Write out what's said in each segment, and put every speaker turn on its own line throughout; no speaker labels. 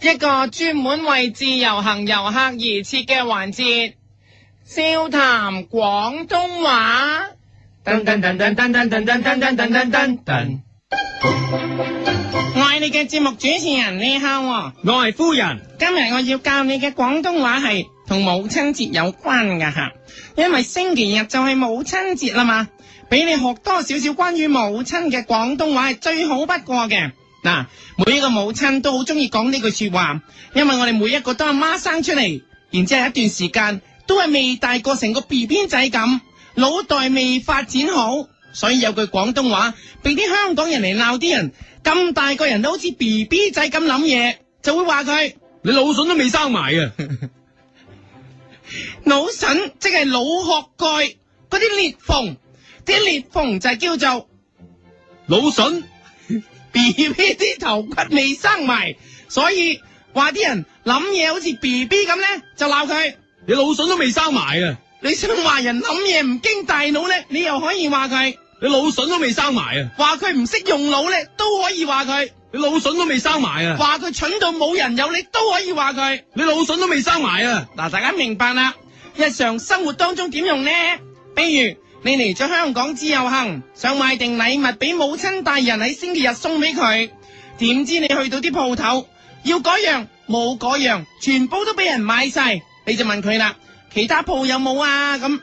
一個專門為自由行遊客而設嘅環節，笑談廣東話。噔噔噔噔噔噔噔噔噔噔噔噔噔。我係你嘅節目主持人呢孝喎，
我係夫人，
今日我要教你嘅廣東話係同母親節有關噶吓，因為星期日就係母親節啦嘛，俾你學多少少關於母親嘅廣東話係最好不過嘅。嗱，每一個母親都好中意講呢句說話，因為我哋每一個都阿媽生出嚟，然之後一段時間都係未大過成個 B B 仔咁，腦袋未發展好，所以有句廣東話俾啲香港人嚟鬧啲人，咁大個人都好似 B B 仔咁諗嘢，就會話佢
你腦筍都未生埋啊！
腦筍，即係腦殼蓋嗰啲裂縫，啲裂縫就係叫做。
腦筍
B B 啲頭骨未生埋，所以話啲人諗嘢好似 B B 咁咧，就鬧佢。
你腦筍都未生埋啊！
你想話人諗嘢唔經大腦咧，你又可以話佢；
你腦筍都未生埋啊！
話佢唔識用腦咧，都可以話佢；
你腦筍都未生埋啊！
話佢蠢到冇人有，你都可以話佢。
你腦筍都未生埋啊！
嗱，大家明白啦。日常生活當中點用呢？比如你嚟咗香港自由行，想買定禮物俾母親大人喺星期日送俾佢，點知你去到啲鋪頭，要嗰樣冇嗰樣，全部都俾人買晒，你就問佢啦，其他鋪有冇啊？咁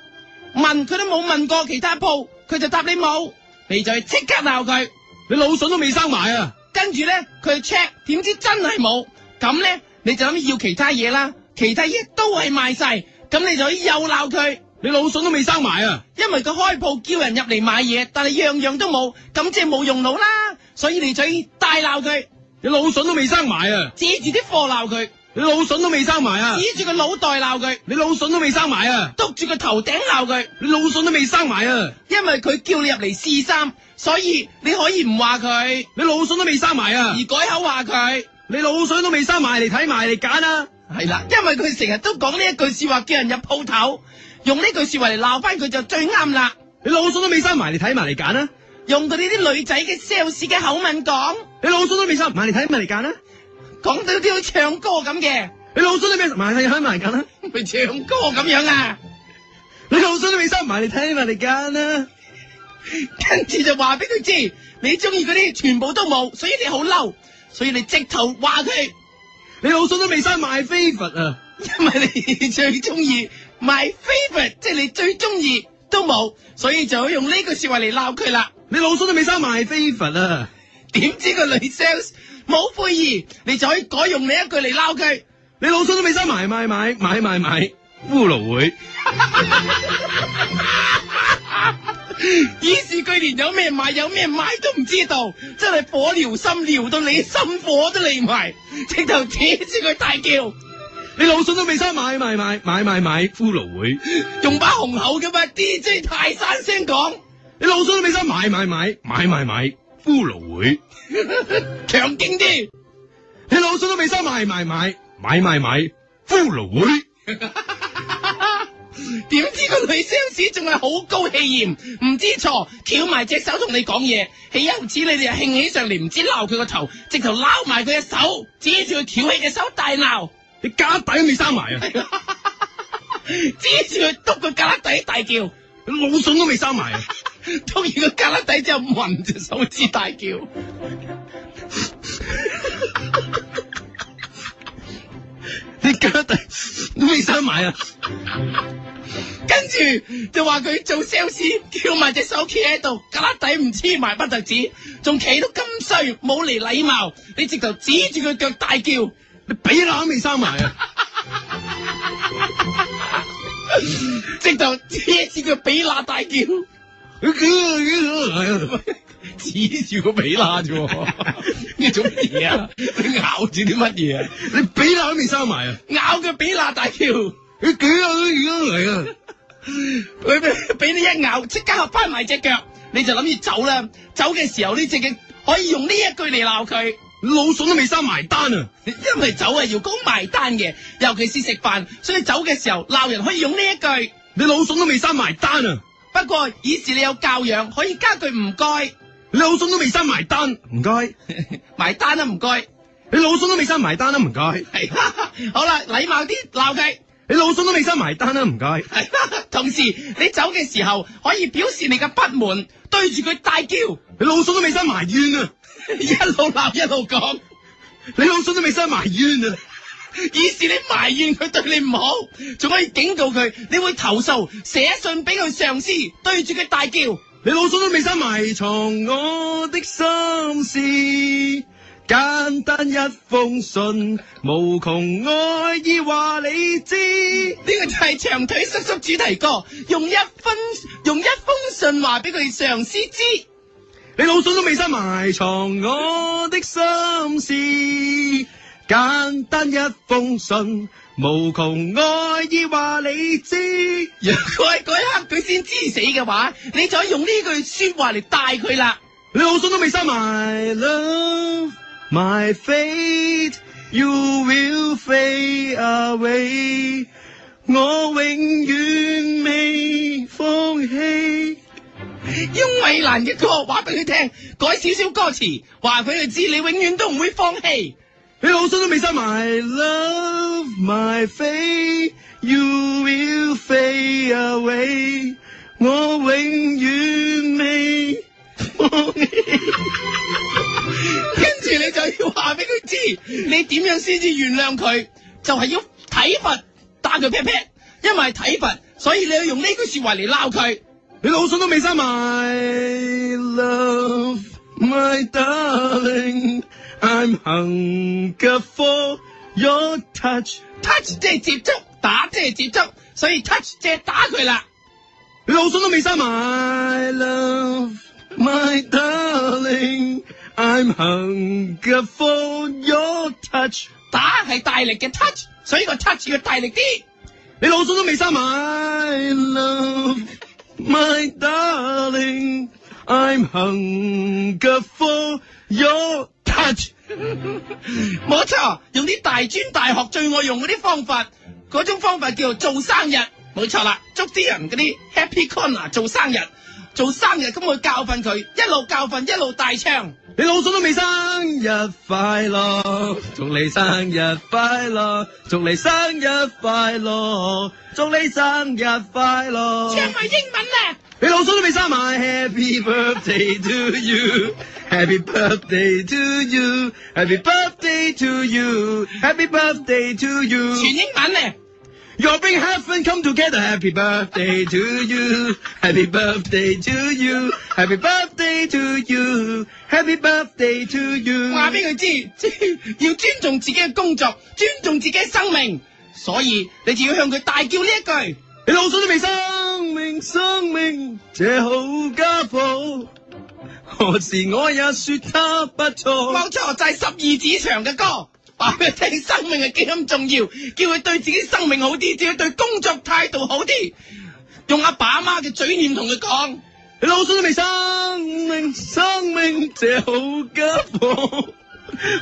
問佢都冇問過其他鋪，佢就答你冇，你就去即刻鬧佢。
你腦筍都未生埋啊！
跟住咧，佢去 check，點知真係冇，咁咧你就諗要其他嘢啦，其他嘢都係賣晒，咁你就可以又鬧佢，
你腦筍都未生埋啊！
因為佢開鋪叫人入嚟買嘢，但係樣樣都冇，咁即係冇用腦啦，所以你就可以大鬧佢，
你腦筍都未生埋啊！
指住啲貨鬧佢，
你腦筍都未生埋啊！
指住個腦袋鬧佢，
你腦筍都未生埋啊！
督住個頭頂鬧佢，
你腦筍都未生埋啊！
因為佢叫你入嚟試衫，所以你可以唔話佢，
你腦筍都未生埋啊
而！改口話佢。
你腦筍都未生埋，嚟睇埋嚟揀啊！
系啦，因為佢成日都講呢一句说話，叫人入鋪頭，用呢句说話嚟鬧翻佢就最啱啦。
你腦筍都未生埋，嚟睇埋嚟揀啊！
用佢呢啲女仔嘅 sales 嘅口吻講，
你腦筍都未生埋，嚟睇埋嚟揀啊！
講到啲好似唱歌咁嘅，
你腦筍都未生埋，嚟睇埋嚟揀啊！
咪唱歌咁樣啊！
你腦筍都未生埋，嚟睇埋嚟揀啊啦！
跟住就話俾佢知，你中意嗰啲全部都冇，所以你好嬲，所以你直頭話佢，
你腦筍都未生埋 f a v o r i 啊！
因為你最中意 my favorite，即係你最中意都冇，所以就用呢句说話嚟鬧佢啦。
你腦筍都未生埋 f a v o r i 啊！
點知個女 sales 冇悔意，你就可以改用你一句嚟鬧佢。
你腦筍都未生埋買買買買買烏蘆會，
以是佢連有咩買有咩買都唔知道，真係火燎心，燎到你心火都嚟埋，直頭扯住佢大叫，
你腦筍都未生埋買買買買買骷蘆會，
用把雄厚嘅嘛 DJ 啊泰山聲講，
你腦筍都未生買買買買買買骷蘆會，
強勁啲。
你腦筍都未生埋買買買買買骷蘆會，
點知個女 sales 仲係好高氣焰，唔知錯，翹埋隻手同你講嘢，豈有此理！你又興起上嚟，唔知鬧佢個頭，直頭撈埋佢隻手，指住佢翹起隻手大鬧。
你家底都未生埋啊！
指住佢督個旮旯底大叫，
你腦筍都未生埋啊！
督完個旮旯底之後暈隻手指大叫，
你家底都未生埋啊！
跟住就話佢做 sales 叫埋隻手企喺度，旮旯底唔黐埋不特止，仲企到咁衰，冇嚟禮貌，你直頭指住佢腳大叫，
你髀乸都未生埋啊！
直頭指住佢髀乸大叫，
指住個髀乸啫喎，
你做乜嘢啊？你咬住啲乜嘢啊？
你髀乸都未生埋啊！
咬佢髀乸大叫，
你幾啊都而家嚟啊！
佢俾俾你一咬，即刻合翻埋隻腳，你就諗住走啦。走嘅時候呢只嘅可以用呢一句嚟鬧佢。
老筍都未生埋單啊！
因為酒係要公埋單嘅，尤其是食飯，所以走嘅時候鬧人可以用呢一句。
你老筍都未生埋單啊！
不過以示你有教養，可以加句唔該，
你老筍都未生埋單，唔該。
埋單啦唔該。
你老笋都未生埋單啦，唔該。
系，好啦，禮貌啲鬧佢。
你老笋都未生埋單啦，唔該。
係 同時你走嘅時候可以表示你嘅不滿，對住佢大叫，
你老笋都未生埋怨啊！
一路鬧一路講，
你老笋都未生埋怨啊！
以示你埋怨佢對你唔好，仲可以警告佢你會投訴，寫信俾佢上司，對住佢大叫。
你老笋都未生埋藏我的心事，簡單一封信，無窮愛意話你知。
呢個就係長腿叔叔主題歌，用一分用一封信話俾佢上司知，
你老笋都未生埋藏我的心事，簡單一封信，無窮愛意話你知。
若果喺嗰一刻佢先知死嘅話，你就可以用呢句说話嚟帶佢啦。
你老笋都未生埋 love my fate you will fade away，我永遠未放棄。
翁美蘭嘅歌話俾佢聽，改少少歌詞，話俾佢知你永遠都唔會放棄。
你老笋都未生埋 love my fate you will fade away，我永遠未放棄。
跟住你就要話俾佢知，你點樣先至原諒佢，就係要體罰打佢 pat pat，因為係體罰，所以你要用呢句说話嚟鬧佢。
你老笋都未生埋，love my darling，I'm hungry for your touch。
touch 即係接觸，打即係接觸，所以 touch 即係打佢啦。
你老笋都未生埋，love my darling，I'm hungry for your touch。
打係大力嘅 touch，所以個 touch 要大力啲。
你老笋都未生埋，love my darling，I'm hungry for your touch。
冇錯，用啲大專大學最愛用嗰啲方法，嗰種方法叫做做生日，冇錯啦。祝啲人嗰啲 Happy Corner 做生日，做生日咁去教訓佢，一路教訓一路大唱。
你老笋都未生日快樂，祝你生日快樂，祝你生日快樂，祝你生日快樂。
唱埋英文咧，
你老笋都未生埋，Happy birthday to you，Happy birthday to you，Happy birthday to you，Happy birthday to
全
you。
英文咧。
Your big heaven come together，Happy birthday to you，Happy birthday to you，Happy birthday to you，Happy birthday to you。
话俾佢知， 要尊重自己嘅工作，尊重自己嘅生命，所以你就要向佢大叫呢一句。
你老水都未生命，生命這好家伙，何時我也說他不錯。
冇錯，就係十二指腸嘅歌，話俾佢聽生命係幾咁重要，叫佢對自己生命好啲，叫佢對工作態度好啲，用阿爸阿媽嘅嘴臉同佢講，
你老水都未生命，生命這好家伙，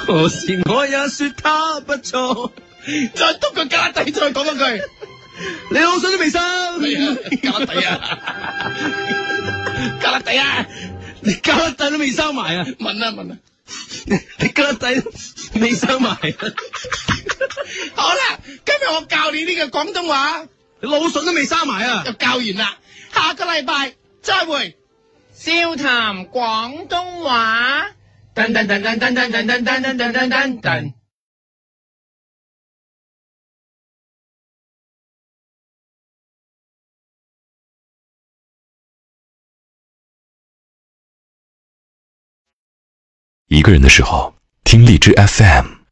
何時我也說他不錯。
再督佢架底，再講一句，
你老水都未生 命，
架底啊，架底啊，
你家底都未生埋啊！
問啊問啊，
你家底都未生埋啊！
好啦，今日我教你呢個廣東話。
你老筍都未生埋啊！
就教完啦。下个礼拜再会，笑谈广东话。噔噔噔噔噔噔噔噔噔噔噔噔噔。
一个人的时候，听荔枝 FM。